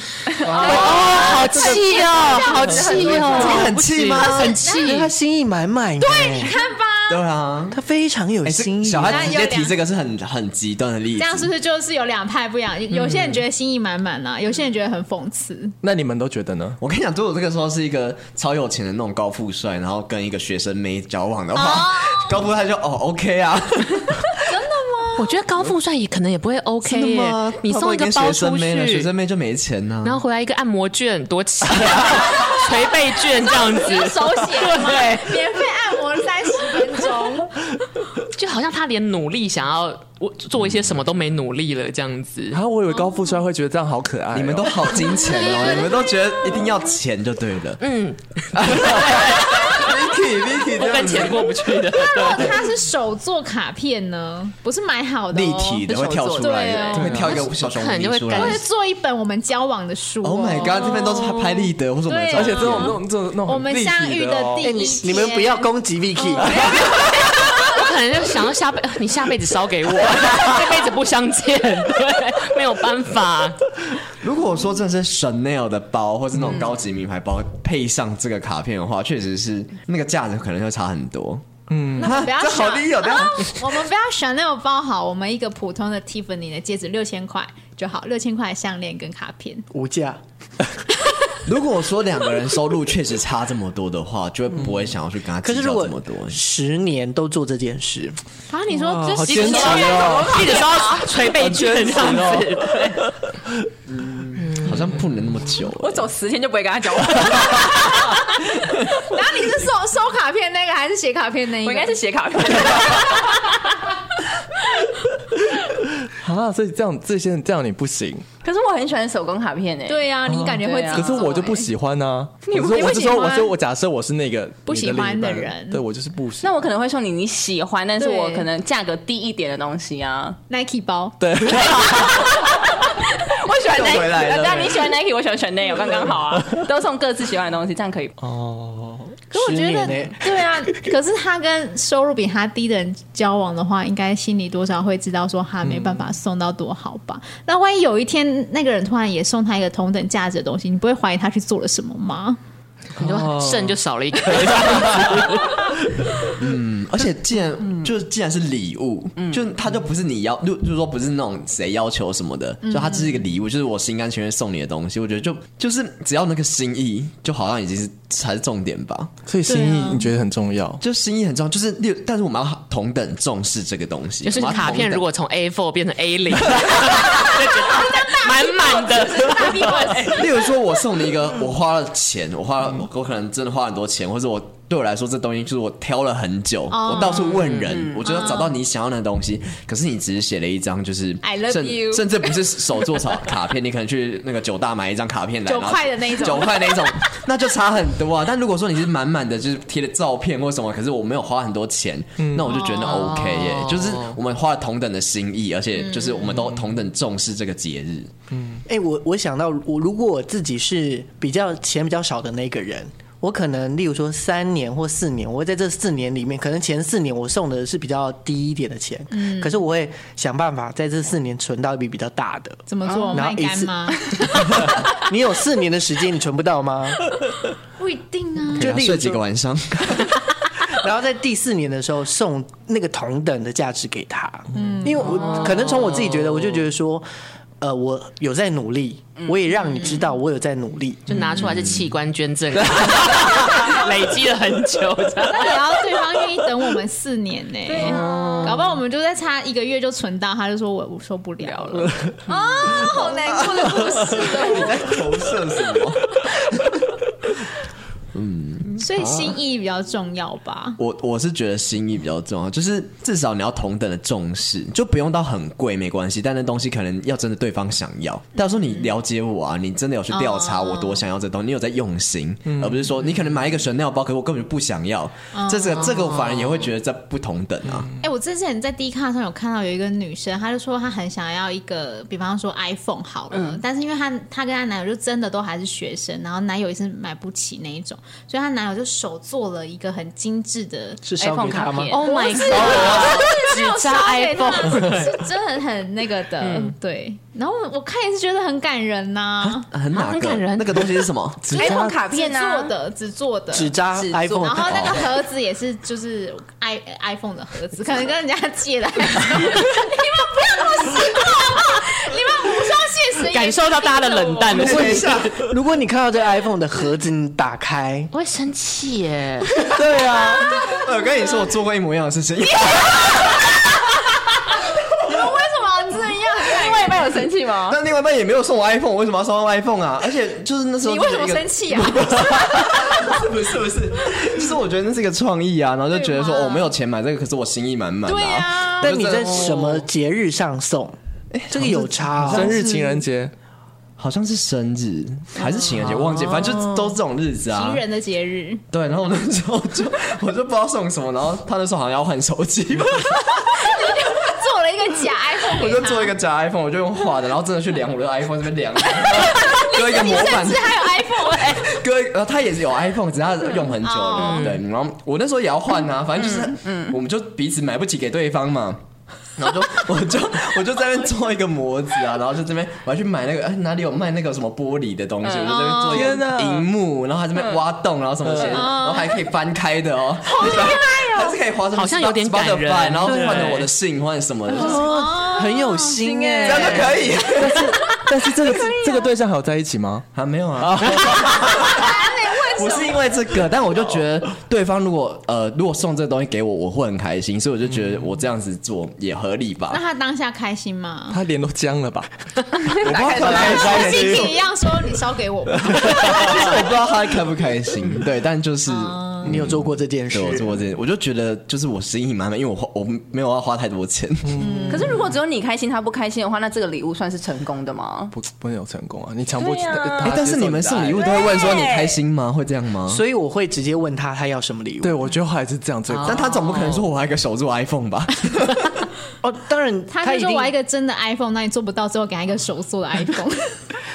Speaker 7: 啊
Speaker 8: 好气哦，好气哦，
Speaker 3: 很气吗？
Speaker 7: 因
Speaker 8: 很
Speaker 7: 为
Speaker 8: 气
Speaker 7: 他。心意满满。对，
Speaker 6: 看吧，
Speaker 3: 对啊，
Speaker 7: 他非常有
Speaker 3: 哎、
Speaker 7: 心
Speaker 3: 这
Speaker 7: 意。
Speaker 3: 小孩直接提这个是很很极端的例
Speaker 6: 这
Speaker 3: 子。
Speaker 6: 样是不是就是有两派不一样？有些人觉得心意满满啊，有些人觉得很讽刺。
Speaker 5: 那你们都觉得呢？
Speaker 3: 我跟你讲，如果这个时候是一个超有钱的那种高富帅，然后跟一个学生妹交往的话，高富帅就哦 OK 啊，
Speaker 8: 我觉得高富帅也可能也不 会 OK 耶。 你送一个
Speaker 3: 他不会
Speaker 8: 包
Speaker 3: 跟学生
Speaker 8: 出
Speaker 3: 妹呢，学
Speaker 8: 去
Speaker 3: 生，妹就没钱呢、
Speaker 8: 然后回来一个按摩券，多气啊！ 捶背券这样子，
Speaker 6: 手写的 吗
Speaker 8: 对，
Speaker 6: 免费按摩三十分钟，
Speaker 8: 就好像他连努力想要我做一些什么都没努力了这样子。
Speaker 5: 然后啊我以为高富帅会觉得这样好可爱哦，
Speaker 3: 你们都好金钱哦，你们都觉得一定要钱就对了。
Speaker 8: 嗯，
Speaker 3: Vicky Vicky 这
Speaker 8: 我跟
Speaker 3: 样子
Speaker 8: 钱过不去的，
Speaker 6: 如果他是手做卡片呢？不是买好的、哦，
Speaker 3: 立体的会跳出来
Speaker 6: 对
Speaker 3: 的，
Speaker 6: 哦
Speaker 3: 会跳一个小熊
Speaker 8: 啊可能就
Speaker 3: 米
Speaker 8: 会
Speaker 3: 出
Speaker 8: 感
Speaker 6: 或
Speaker 3: 来
Speaker 6: 者。做一本我们交往的书、哦。
Speaker 3: Oh my god！这边都是拍拍立得，或者我们
Speaker 6: 对啊
Speaker 5: 而且这种那种这种那种很
Speaker 6: 我们
Speaker 5: 立体
Speaker 6: 相遇
Speaker 5: 的
Speaker 6: 的
Speaker 5: 哦
Speaker 6: 第
Speaker 7: 哎，
Speaker 6: 一
Speaker 7: 你你
Speaker 6: 天，
Speaker 7: 们不要攻击 Vicky，
Speaker 3: 哦
Speaker 8: 我可能就想要下辈，呃你下辈子烧给 我，这辈子不相 见，对，没有办法。
Speaker 3: 如果我说真的是 Chanel 的包，或是那种高级名牌包，配上这个卡片的话，确实是那个价值可能会差很多。嗯，
Speaker 6: 不要
Speaker 3: 这好
Speaker 6: 想
Speaker 3: 低哦！但
Speaker 6: 我们不要选那种包好，我们一个普通的 Tiffany 的戒指六千块就好，六千块的项链跟卡片。
Speaker 7: 无价。
Speaker 3: 如果说两个人收入确实差这么多的话，就会不会想要去跟他
Speaker 7: 嗯可
Speaker 3: 计
Speaker 7: 是
Speaker 3: 较
Speaker 7: 如
Speaker 3: 这么
Speaker 7: 果
Speaker 3: 多。
Speaker 7: 十年都做这件事，
Speaker 6: 啊，你说这
Speaker 5: 坚持哦，
Speaker 8: 一直说要捶背卷这
Speaker 3: 哦
Speaker 8: 样子，
Speaker 7: 嗯
Speaker 3: 好像不能那么久。
Speaker 4: 我走十天就不会跟他交 往，
Speaker 6: 然后你是收收卡片那个还是写卡片那一个？
Speaker 4: 我应该是写卡片。
Speaker 6: 哦
Speaker 5: 啊，所以这样这些这样你不行，
Speaker 4: 可是我很喜欢手工卡片欸诶，，
Speaker 6: 对呀、啊，你感觉会
Speaker 4: 对啊
Speaker 6: 自
Speaker 5: 可
Speaker 6: 己
Speaker 5: 是
Speaker 6: 做、
Speaker 5: 我就不
Speaker 6: 欸
Speaker 5: 喜欢呢。
Speaker 6: 你
Speaker 5: 我是说
Speaker 6: 你不
Speaker 5: 我是
Speaker 6: 喜欢
Speaker 5: 说我说我假设我是那个
Speaker 6: 不喜欢
Speaker 5: 你
Speaker 6: 的
Speaker 5: 另一半
Speaker 6: 人
Speaker 5: 对我就是不喜
Speaker 4: 那。我可能会送你你喜欢，但是
Speaker 6: 对
Speaker 4: 我可能价格低一点的东西啊。
Speaker 6: Nike 包。
Speaker 5: 对，
Speaker 4: 我喜欢
Speaker 3: 又
Speaker 4: Nike，
Speaker 3: 回来了
Speaker 4: 但你喜欢 Nike，我喜欢 Chanel，刚刚好啊， 都送各自喜欢的东西，这样可以。
Speaker 7: 哦
Speaker 6: 可我觉得
Speaker 7: 十年呢，
Speaker 6: 对啊，可是他跟收入比他低的人交往的话，应该心里多少会知道说他没办法送到多好吧？那万一有一天那个人突然也送他一个同等价值的东
Speaker 8: 哦
Speaker 6: 西，你不会怀疑他去做了什么吗？
Speaker 8: 你就肾就少了一颗，
Speaker 3: 嗯，而且既然、就是既然是礼物，
Speaker 6: 嗯
Speaker 3: 就它就不是你要，就就是说不是那种谁要求什么的，
Speaker 6: 嗯
Speaker 3: 就它只是一个礼物，就是我心甘情愿送你的东西。我觉得就就是只要那个心意，就好像已经是才是重点吧。
Speaker 5: 所以心
Speaker 6: 啊
Speaker 5: 意你觉得很重要？
Speaker 3: 就心意很重要，就是例如，但是我们要同等重视这个东西。
Speaker 8: 就是
Speaker 3: 我们要
Speaker 8: 卡
Speaker 3: 同
Speaker 8: 片
Speaker 3: 等
Speaker 8: 如果从 A4 变成 A 零，就觉得满满的。
Speaker 3: 例如说，我送你一个，我花了钱，我花了，我可能真的花很多钱，或者我对我来说，这东西就是我挑了很久，
Speaker 6: 哦
Speaker 3: 我到处问
Speaker 6: 嗯
Speaker 3: 人，我觉得找到你想要的东西，可是你只是写了一张就是
Speaker 6: I love
Speaker 3: 甚
Speaker 6: you
Speaker 3: 甚至不是手做卡卡片，你可能去那个九大买一张卡片来，
Speaker 6: 九
Speaker 3: 然后
Speaker 6: 块的那一种
Speaker 3: 九块那 一种，那就差很多啊。但如果说你是满满的就是贴的照片或什么，可是我没有花很多钱，
Speaker 6: 嗯
Speaker 3: 那我就觉得
Speaker 6: 哦
Speaker 3: OK 耶，就是我们花了同等的心意，而且就是我们
Speaker 6: 嗯
Speaker 3: 都同等重视这个节日。
Speaker 7: 哎、我我想到，我如果我自己是比较钱比较少的那个人，我可能例如说三年或四年，我会在这四年里面，可能前四年我送的是比较低一点的钱，
Speaker 6: 嗯
Speaker 7: 可是我会想办法在这四年存到一笔比较大的。
Speaker 6: 怎么
Speaker 5: 啊
Speaker 6: 做？
Speaker 7: 然后
Speaker 6: 卖
Speaker 7: 一
Speaker 6: 干
Speaker 7: 次
Speaker 6: 吗？
Speaker 7: 你有四年的时间，你存不到吗？
Speaker 6: 不一定啊。
Speaker 7: 就
Speaker 3: 就
Speaker 7: 例如
Speaker 3: 睡几
Speaker 7: 说
Speaker 3: 个晚上。
Speaker 7: 然后在第四年的时候送那个同等的价值给他，嗯，因为
Speaker 6: 哦
Speaker 7: 我可能从我自己觉得，我就觉得说，呃，我有在努力，
Speaker 6: 嗯
Speaker 7: 我也让你知道我有在努力，
Speaker 8: 就拿出来是器官捐赠，啊 累积了很久。
Speaker 6: 那也要对方愿意等我们四年呢、搞不好我们就在差一个月就存到，他就说我我受不了了。 啊，好难过的故事哦。
Speaker 3: 在投射什么？
Speaker 6: 所以心意比较重要吧？
Speaker 3: 我 我是觉得心意比较重要，就是至少你要同等的重视，就不用到很贵没关系，但那东西可能要真的对方想要。但说你了解我啊，你真的有去调查我多想要这东西，你有在用心，而不是说你可能买一个神尿包，可是我根本就不想要。这个这个我反而也会觉得在不同等啊。
Speaker 6: 哎、我之前在 D 卡上有看到有一个女生，她就说她很想要一个，比方说 iPhone 好了，但是因为她她跟她男友就真的都还是学生，然后男友也是买不起那一种，所以她男友就手做了一个很精致的
Speaker 7: 是烧给他吗？
Speaker 4: 啊
Speaker 7: 哦
Speaker 8: Oh my
Speaker 6: 纸
Speaker 8: 扎
Speaker 6: iPhone 嗯是真的很那个的，对。然后我我看也是觉得很感人呐、
Speaker 3: 很
Speaker 1: 啊
Speaker 3: 哪个？那个东西是什么？
Speaker 1: iPhone 卡
Speaker 6: 纸
Speaker 1: 片
Speaker 6: 做
Speaker 1: 啊，
Speaker 6: 的，纸做的，
Speaker 7: 纸扎
Speaker 1: 纸做
Speaker 7: iPhone，
Speaker 6: 然后那个盒子也是就是 i iPhone 的盒子，可能跟人家借来。你们不要那么失望，你们无上现实，
Speaker 8: 感受到大家的冷淡。。
Speaker 7: 如果你如果你看到这 iPhone 的盒子，你打开，
Speaker 8: 我会生气耶！
Speaker 7: 对啊，
Speaker 3: 我跟你说，我做过一模一样的事 情。
Speaker 1: 另
Speaker 4: 啊
Speaker 1: 外一半有生气 吗？
Speaker 3: 那另外一半也没有送我 iPhone，我为什么要送他 iPhone 啊？而且就是那时候
Speaker 1: 你为什
Speaker 3: 就
Speaker 1: 么
Speaker 3: 是一个
Speaker 1: 生气啊？
Speaker 3: 是不是不是？就是我觉得那是一个创意啊，然后就觉得说，
Speaker 6: 对嘛
Speaker 3: 我、没有钱买这个，可是我心意满满、啊。
Speaker 6: 对啊
Speaker 7: 但你在什么节日上送？
Speaker 6: 哎
Speaker 7: 这个有差哦
Speaker 5: 生日、情人节，
Speaker 3: 好像是生日还是情人节，忘记，反正就都是这种日子啊
Speaker 6: 哦情。人的节日，
Speaker 3: 对，然后我那时候就 我就不知道送什么，然后他那时候好像要换手机 吧，
Speaker 6: 做了一个假 iPhone
Speaker 3: 我
Speaker 6: 给
Speaker 3: 就
Speaker 6: 他。
Speaker 3: 做一 个假 iPhone，我就用画的，然后真的去量我的 iPhone 这边量，割一个模板
Speaker 6: 甚至。还有 iPhone 哎、
Speaker 3: 割一个，然后呃他也是有 iPhone，只是他用很久了。对，然后我那时候也要换啊，反正就是，我们就彼此买不起给对方嘛。 然后就我就我就在那边做一个模子啊，然后就这边我还去买那个哎哪里有卖那个什么玻璃的东西，我就在那边做一个荧幕，然后还在那边挖洞，然啊后什么鞋，然后还可以翻开的哦，嗯好厉害哦，还是可以划什么
Speaker 8: 好像有点感人
Speaker 3: Spotify，然后就换成我的信，换什么的，就是
Speaker 7: 很有心哎、
Speaker 3: 这样就可以
Speaker 5: 但是这个这个对象还有在一起吗？
Speaker 3: 啊？没有啊，不是因为这个，但我就觉得对方如果呃如果送这个东西给我，我会很开心，所以我就觉得我这样子做也合理吧
Speaker 6: 那。他当下开心吗？
Speaker 5: 他脸都僵了吧？
Speaker 3: 我不知道他开不
Speaker 6: 跟
Speaker 3: 开
Speaker 6: 心
Speaker 3: 心，
Speaker 6: 情一样说你烧给我吧，
Speaker 3: 其实我不知道他开不开心，对，但就是。
Speaker 7: 你有做过这件事
Speaker 3: 对，？我做过这件，我就觉得就是我心意满满，因为我花我没有要花太多钱，
Speaker 1: 可是如果只有你开心，他不开心的话，那这个礼物算是成功的吗？
Speaker 5: 不，不能有成功啊！你强迫
Speaker 1: 对啊
Speaker 5: 他，
Speaker 3: 哎
Speaker 5: 他
Speaker 3: 但是
Speaker 5: 接受
Speaker 3: 你们
Speaker 5: 的
Speaker 3: 送
Speaker 5: 爱
Speaker 3: 礼物，都会问说你开心吗？会这样吗？
Speaker 7: 所以我会直接问他他要什么礼物。
Speaker 5: 对我觉得还是这样最好。
Speaker 6: 哦
Speaker 3: 但他总不可能说我还有一个手做 iPhone 吧？
Speaker 7: 哦，当然
Speaker 6: 他
Speaker 7: 他
Speaker 6: 就
Speaker 7: 一
Speaker 6: 说
Speaker 7: 定
Speaker 6: 我要一个真的 iPhone，那你做不到之后给他一个 手做的 iPhone。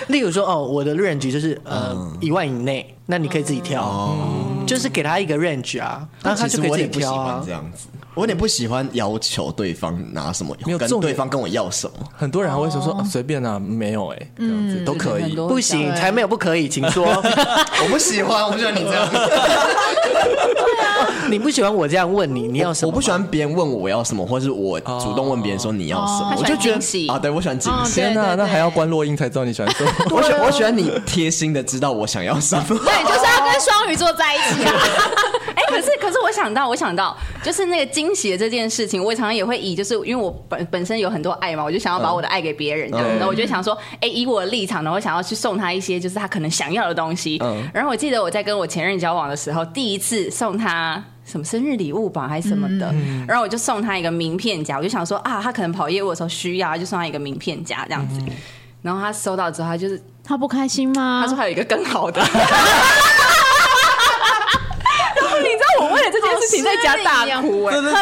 Speaker 7: 例如说，哦，我的 range 就是
Speaker 3: 嗯
Speaker 7: 呃一万以内，那你可以自己挑，就是给他一个 range 啊，那他
Speaker 3: 哦其实
Speaker 7: 就可以
Speaker 3: 我
Speaker 7: 自
Speaker 3: 也
Speaker 7: 己
Speaker 3: 不喜
Speaker 7: 挑
Speaker 3: 欢
Speaker 7: 啊
Speaker 3: 这。样子，我有点不喜欢要求对方拿什么，
Speaker 5: 没有
Speaker 3: 跟
Speaker 5: 重点
Speaker 3: 对方跟我要什么。
Speaker 5: 很多人还会说说
Speaker 6: 哦
Speaker 5: 啊随便啊，没有哎，这样
Speaker 6: 嗯
Speaker 5: 子都可以。
Speaker 7: 不行，才没有不可以，请说。
Speaker 3: 我不喜欢，我不喜欢你这样。
Speaker 7: 你不喜欢我这样问你，你要什么？
Speaker 3: 我不喜欢别人问我我要什么，或是我主动问别人说你要什么，
Speaker 4: 哦
Speaker 3: 我就觉
Speaker 4: 他喜欢惊喜
Speaker 3: 得啊，对我喜欢惊
Speaker 6: 哦
Speaker 3: 喜。
Speaker 6: 对
Speaker 5: 天
Speaker 6: 对
Speaker 5: 哪，
Speaker 6: 对哦
Speaker 5: 那还要关落音才知道你喜欢什么。
Speaker 3: 我喜我喜欢你贴心的知道我想要什么。
Speaker 6: 对，就是要跟双鱼座在一起啊。
Speaker 4: 哎、可是可是我想到，我想到就是那个惊喜的这件事情，我常常也会以就是因为我本本身有很多爱嘛，我就想要把我的爱给别人这样子，
Speaker 3: 嗯
Speaker 4: 然后我就想说，哎、以我的立场，然后想要去送他一些就是他可能想要的东西。
Speaker 3: 嗯
Speaker 4: 然后我记得我在跟我前任交往的时候，第一次送他。什么生日礼物吧，还是什么的，
Speaker 3: 嗯
Speaker 4: 然后我就送他一个名片夹，我就想说啊，他可能跑业务的时候需要，就送他一个名片夹这样子。然后他收到之后，他就是
Speaker 6: 他不开心吗？
Speaker 4: 他说还有一个更好的。然后你知道我为了这件事情在家大哭 哎、我真的哭。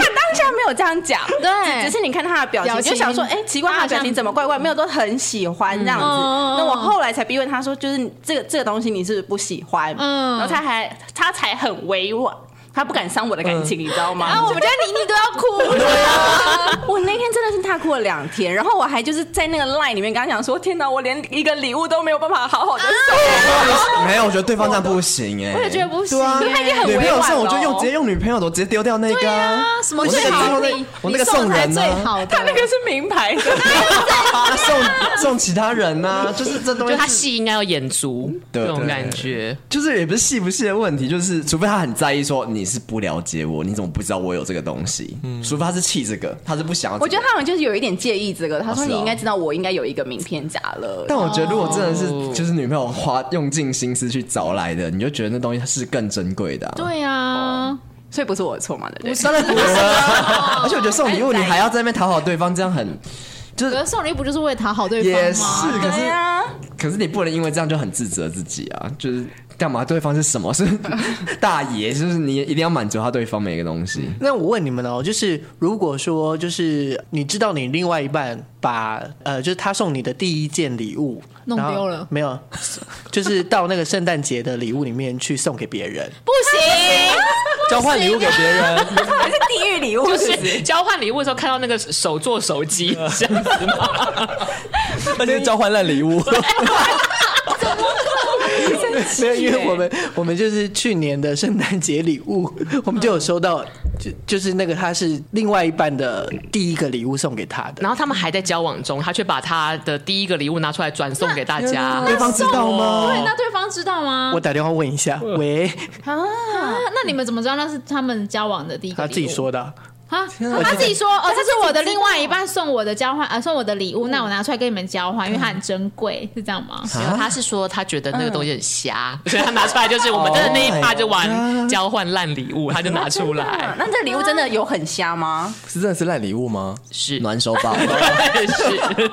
Speaker 4: 他当下没有这样讲，
Speaker 6: 对
Speaker 4: 只是你看他的表情，嗯
Speaker 6: 表
Speaker 4: 你
Speaker 6: 情
Speaker 4: 就想说，哎，奇怪，
Speaker 6: 他
Speaker 4: 他
Speaker 6: 好
Speaker 4: 的表情
Speaker 6: 像
Speaker 4: 怎么怪怪？没有，都很喜欢这样子。
Speaker 6: 嗯嗯嗯
Speaker 4: 那我后来才逼问他说，就是这个这个东西你是不是不喜欢？
Speaker 6: 嗯
Speaker 4: 然后他还他才很委婉，他不敢伤我的感情，你知道吗？
Speaker 6: 啊，我们家妮妮都要哭了。
Speaker 4: 我那天真的是大哭了两天，然后我还就是在那个 line 里面跟他讲说，天哪，我连一个礼物都没有办法好好的收，
Speaker 3: 没有，我觉得对方这样不行哎，
Speaker 6: 我也觉得不行
Speaker 3: 对啊
Speaker 6: 因为他已经
Speaker 4: 很
Speaker 3: 女朋友
Speaker 4: 委婉
Speaker 3: 送我
Speaker 4: 了
Speaker 3: 就
Speaker 4: 哦
Speaker 3: 用直接用女朋友的，我直接丢掉那个啊。
Speaker 6: 什么
Speaker 3: 我那
Speaker 6: 最
Speaker 3: 个
Speaker 6: 好
Speaker 3: 送
Speaker 6: 的
Speaker 3: 那
Speaker 6: 礼？
Speaker 3: 我那个
Speaker 6: 你送
Speaker 3: 送
Speaker 6: 的才
Speaker 3: 人啊呢
Speaker 6: 最好的，
Speaker 4: 他那个是名 牌的，
Speaker 3: 啊 送 送其他人呐、就是这东
Speaker 8: 就
Speaker 3: 西
Speaker 8: 他
Speaker 3: 是
Speaker 8: 戏应该要演足
Speaker 3: 对
Speaker 8: 这种
Speaker 3: 对
Speaker 8: 感觉。
Speaker 3: 就是也不是细不细的问题，就是除非他很在意说你是不了解我，你怎么不知道我有这个东西？
Speaker 5: 嗯
Speaker 3: 除非他是气这个，他是不想要、
Speaker 4: 我觉得他好像就是有一点介意这个，他说
Speaker 3: 哦是哦
Speaker 4: 你应该知道我应该有一个名片夹了。
Speaker 3: 但我觉得如果真的是
Speaker 5: 哦
Speaker 3: 就是女朋友花用尽心思去找来的，你就觉得那东西它是更珍贵的、啊。
Speaker 6: 对啊，
Speaker 4: 所以不是我的错嘛，对不对？
Speaker 3: 当然不是啊！ 而且我觉得送礼物你还要在那边讨好对方，这样很
Speaker 6: 可是送礼物不就是为了讨好对
Speaker 3: 也
Speaker 6: 方
Speaker 3: 是，
Speaker 6: 吗？
Speaker 3: 可
Speaker 4: 对
Speaker 3: 是
Speaker 4: 啊，
Speaker 3: 可是你不能因为这样就很自责自己啊，就是干嘛？对方是什么？是 大爷？就是你一定要满足他对方每个东西。
Speaker 7: 那我问你们哦，就是如果说，就是你知道你另外一半把呃，就是他送你的第一件礼物
Speaker 6: 弄
Speaker 7: 然后
Speaker 6: 丢了
Speaker 7: 没有？ 就是到那个圣诞节的礼物里面去送给别 人，
Speaker 6: 不行，
Speaker 5: 交换礼物给别人，
Speaker 4: 还是地狱礼物，
Speaker 8: 就
Speaker 4: 不
Speaker 8: 是交换礼物的时候看到那个手做手 机这样子吗？
Speaker 5: 而且是交换烂礼物。
Speaker 7: 没有，因为我们我们就是去年的圣诞节礼物，我们就有收到，就就是那个他是另外一半的第一个礼物送给他的，
Speaker 8: 然后他们还在交往中，他却把他的第一个礼物拿出来转送给大家。
Speaker 3: 对方知道吗？
Speaker 6: 对，那对方知道吗
Speaker 7: 我？打电话问一下，
Speaker 6: 嗯
Speaker 7: 喂，
Speaker 6: 啊，那你们怎么知道那是他们交往的第一个
Speaker 7: 他
Speaker 6: 礼物？
Speaker 7: 自己说的啊，
Speaker 6: 啊，他自己说哦，这是我的另外一半送我的交换，呃，送我的礼
Speaker 4: 嗯
Speaker 6: 物，那我拿出来跟你们交换，因为它很珍贵，是这样吗？
Speaker 8: 然后他是说他觉得那个东西很瞎，所以他拿出来就是我们真的那一趴就玩交换烂礼物，他就拿出来
Speaker 4: 啊 那这个礼物真的有很瞎吗？
Speaker 5: 是真的是烂礼物吗？
Speaker 8: 是
Speaker 3: 暖手宝。
Speaker 8: 对是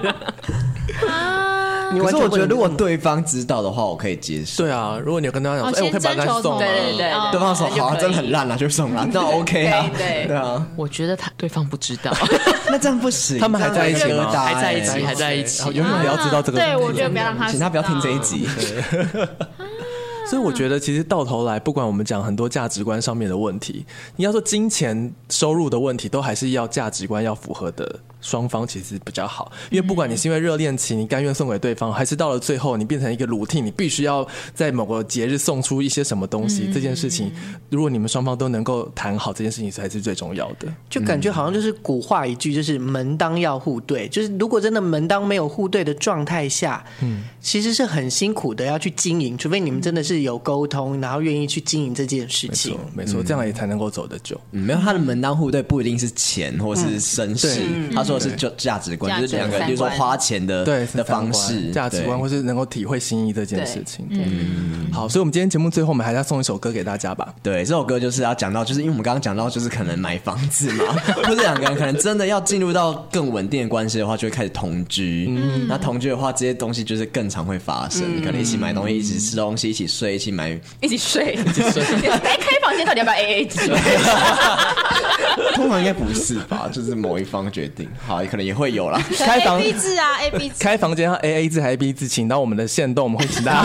Speaker 7: 你
Speaker 3: 可
Speaker 7: 完
Speaker 3: 是
Speaker 7: 全
Speaker 3: 我
Speaker 7: 不
Speaker 3: 觉
Speaker 7: 能
Speaker 3: 得，如果对方知道的话，我可以接受。
Speaker 5: 对啊，如果你有跟大家讲
Speaker 6: 哦，
Speaker 5: 说，哎，我
Speaker 6: 先
Speaker 5: 可以把
Speaker 6: 征
Speaker 5: 它
Speaker 6: 求
Speaker 5: 送
Speaker 6: 同
Speaker 5: 吗？
Speaker 4: 对
Speaker 6: 意，
Speaker 4: 对
Speaker 6: 哦
Speaker 4: 对
Speaker 3: 对方说
Speaker 4: 那就
Speaker 3: 好啊，
Speaker 4: 可以
Speaker 3: 真的很烂啊，就送啦，那 OK 啊，
Speaker 4: 对对
Speaker 3: 啊，
Speaker 8: 我觉得他对方不知道，
Speaker 3: 那这样不行，
Speaker 5: 他们还在一起吗
Speaker 3: 这样会疙瘩
Speaker 8: 还
Speaker 3: 欸
Speaker 8: 在一起，还在一起
Speaker 5: 然后。永远不要知道这个。
Speaker 6: 啊对，我觉得不要让他知道，
Speaker 3: 请他不要听这一集，
Speaker 5: 所以我觉得，其实到头来，不管我们讲很多价值观上面的问题，你要说金钱收入的问题，都还是要价值观要符合的双方其实比较好。因为不管你是因为热恋期，你甘愿送给对方，还是到了最后你变成一个 routine，你必须要在某个节日送出一些什么东西，这件事情，如果你们双方都能够谈好，这件事情才是最重要的。
Speaker 7: 就感
Speaker 5: 嗯
Speaker 7: 觉好像就是古话一句，就是门当要户对，就是如果真的门当没有户对的状态下，嗯，其实是很辛苦的要去经营，除非你们真的是有沟通，然后愿意去经营这件事
Speaker 5: 没
Speaker 7: 情
Speaker 5: 错。，没错，这样也才能够走得久。
Speaker 3: 嗯没有他的门当户对不一定是钱或是身世，他说的是就价值观，
Speaker 6: 价
Speaker 3: 就
Speaker 6: 值
Speaker 3: 是两个，
Speaker 4: 三
Speaker 3: 就是说
Speaker 4: 观
Speaker 3: 花钱的
Speaker 5: 对
Speaker 3: 的方式、
Speaker 5: 价值观，
Speaker 3: 对
Speaker 5: 或是能够体会心意这件事情。嗯，好，所以我们今天节目最后，我们还要送一首歌给大家吧。
Speaker 3: 对，这首歌就是要讲到，就是因为我们刚刚讲到，就是可能买房子嘛，或者两个人可能真的要进入到更稳定的关系的话，就会开始同居。嗯那同居的话，这些东西就是更常会发生，可能一起买东西，一起吃东西，一起睡，一起买。
Speaker 4: 一起睡，一起睡。 哎，开房间到底要不要 A A 制？
Speaker 3: 通常应该不是吧？就是某一方决定，好，可能也会有啦。
Speaker 5: 开房
Speaker 6: A B 制啊，A B 制。
Speaker 5: 开房间要 A A 制还是 B 制，请到我们的线动，我们会请大家。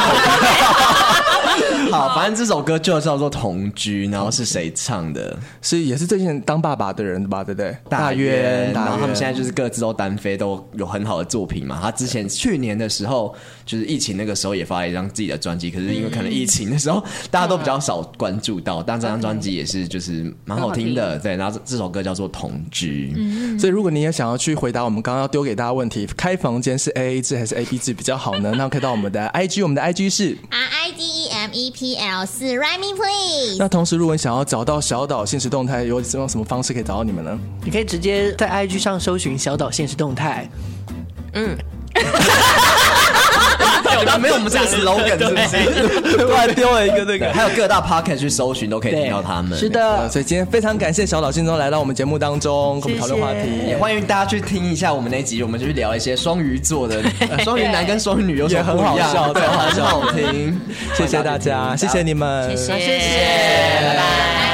Speaker 3: 好，反正这首歌就叫做《同居》，然后是谁唱的？
Speaker 5: 是也是最近当爸爸的人吧，对不对？
Speaker 3: 渊，
Speaker 5: 大
Speaker 3: 然后他们
Speaker 5: 渊
Speaker 3: 现在就是各自都单飞，都有很好的作品嘛。他之前去年的时候，就是疫情那个时候也发了一张自己的专辑，可是因为可能疫情的时
Speaker 5: 嗯
Speaker 3: 候大家都比较少关注到，但这张专辑也是就是蛮好听
Speaker 5: 嗯
Speaker 3: 的，对。然后这这首歌叫做《同居》，
Speaker 5: 所以如果你也想要去回答我们刚刚要丢给大家的问题，开房间是 A A 制还是 A B 制比较好呢？那可以到我们的 I G，我们的 I G 是
Speaker 1: R I D E M E P L 四 Rhyme Me Please。
Speaker 5: 那同时，如果你想要找到小岛现实动态，有什么什么方式可以找到你们呢？
Speaker 7: 你可以直接在 IG 上搜寻小岛现实动态，
Speaker 3: 哎没有我们这个 slogan 是 不是？突然丢了一个这个，还有各大 p o c k e t 去搜寻都可以听到他们。
Speaker 7: 是
Speaker 5: 呃，
Speaker 7: 的，
Speaker 5: 所以今天非常感谢小岛信中来到我们节目当中，跟我们讨论话题，
Speaker 3: 也欢迎大家去听一下我们那集，我们就去聊一些双鱼座 的，呃双鱼男跟双鱼女有什么不一
Speaker 5: 也很好
Speaker 3: 样，
Speaker 5: 笑
Speaker 3: 对，
Speaker 5: 对
Speaker 3: 很好听。
Speaker 5: 谢谢大家，谢谢你们，
Speaker 8: 谢谢，
Speaker 3: 谢谢
Speaker 8: 拜拜。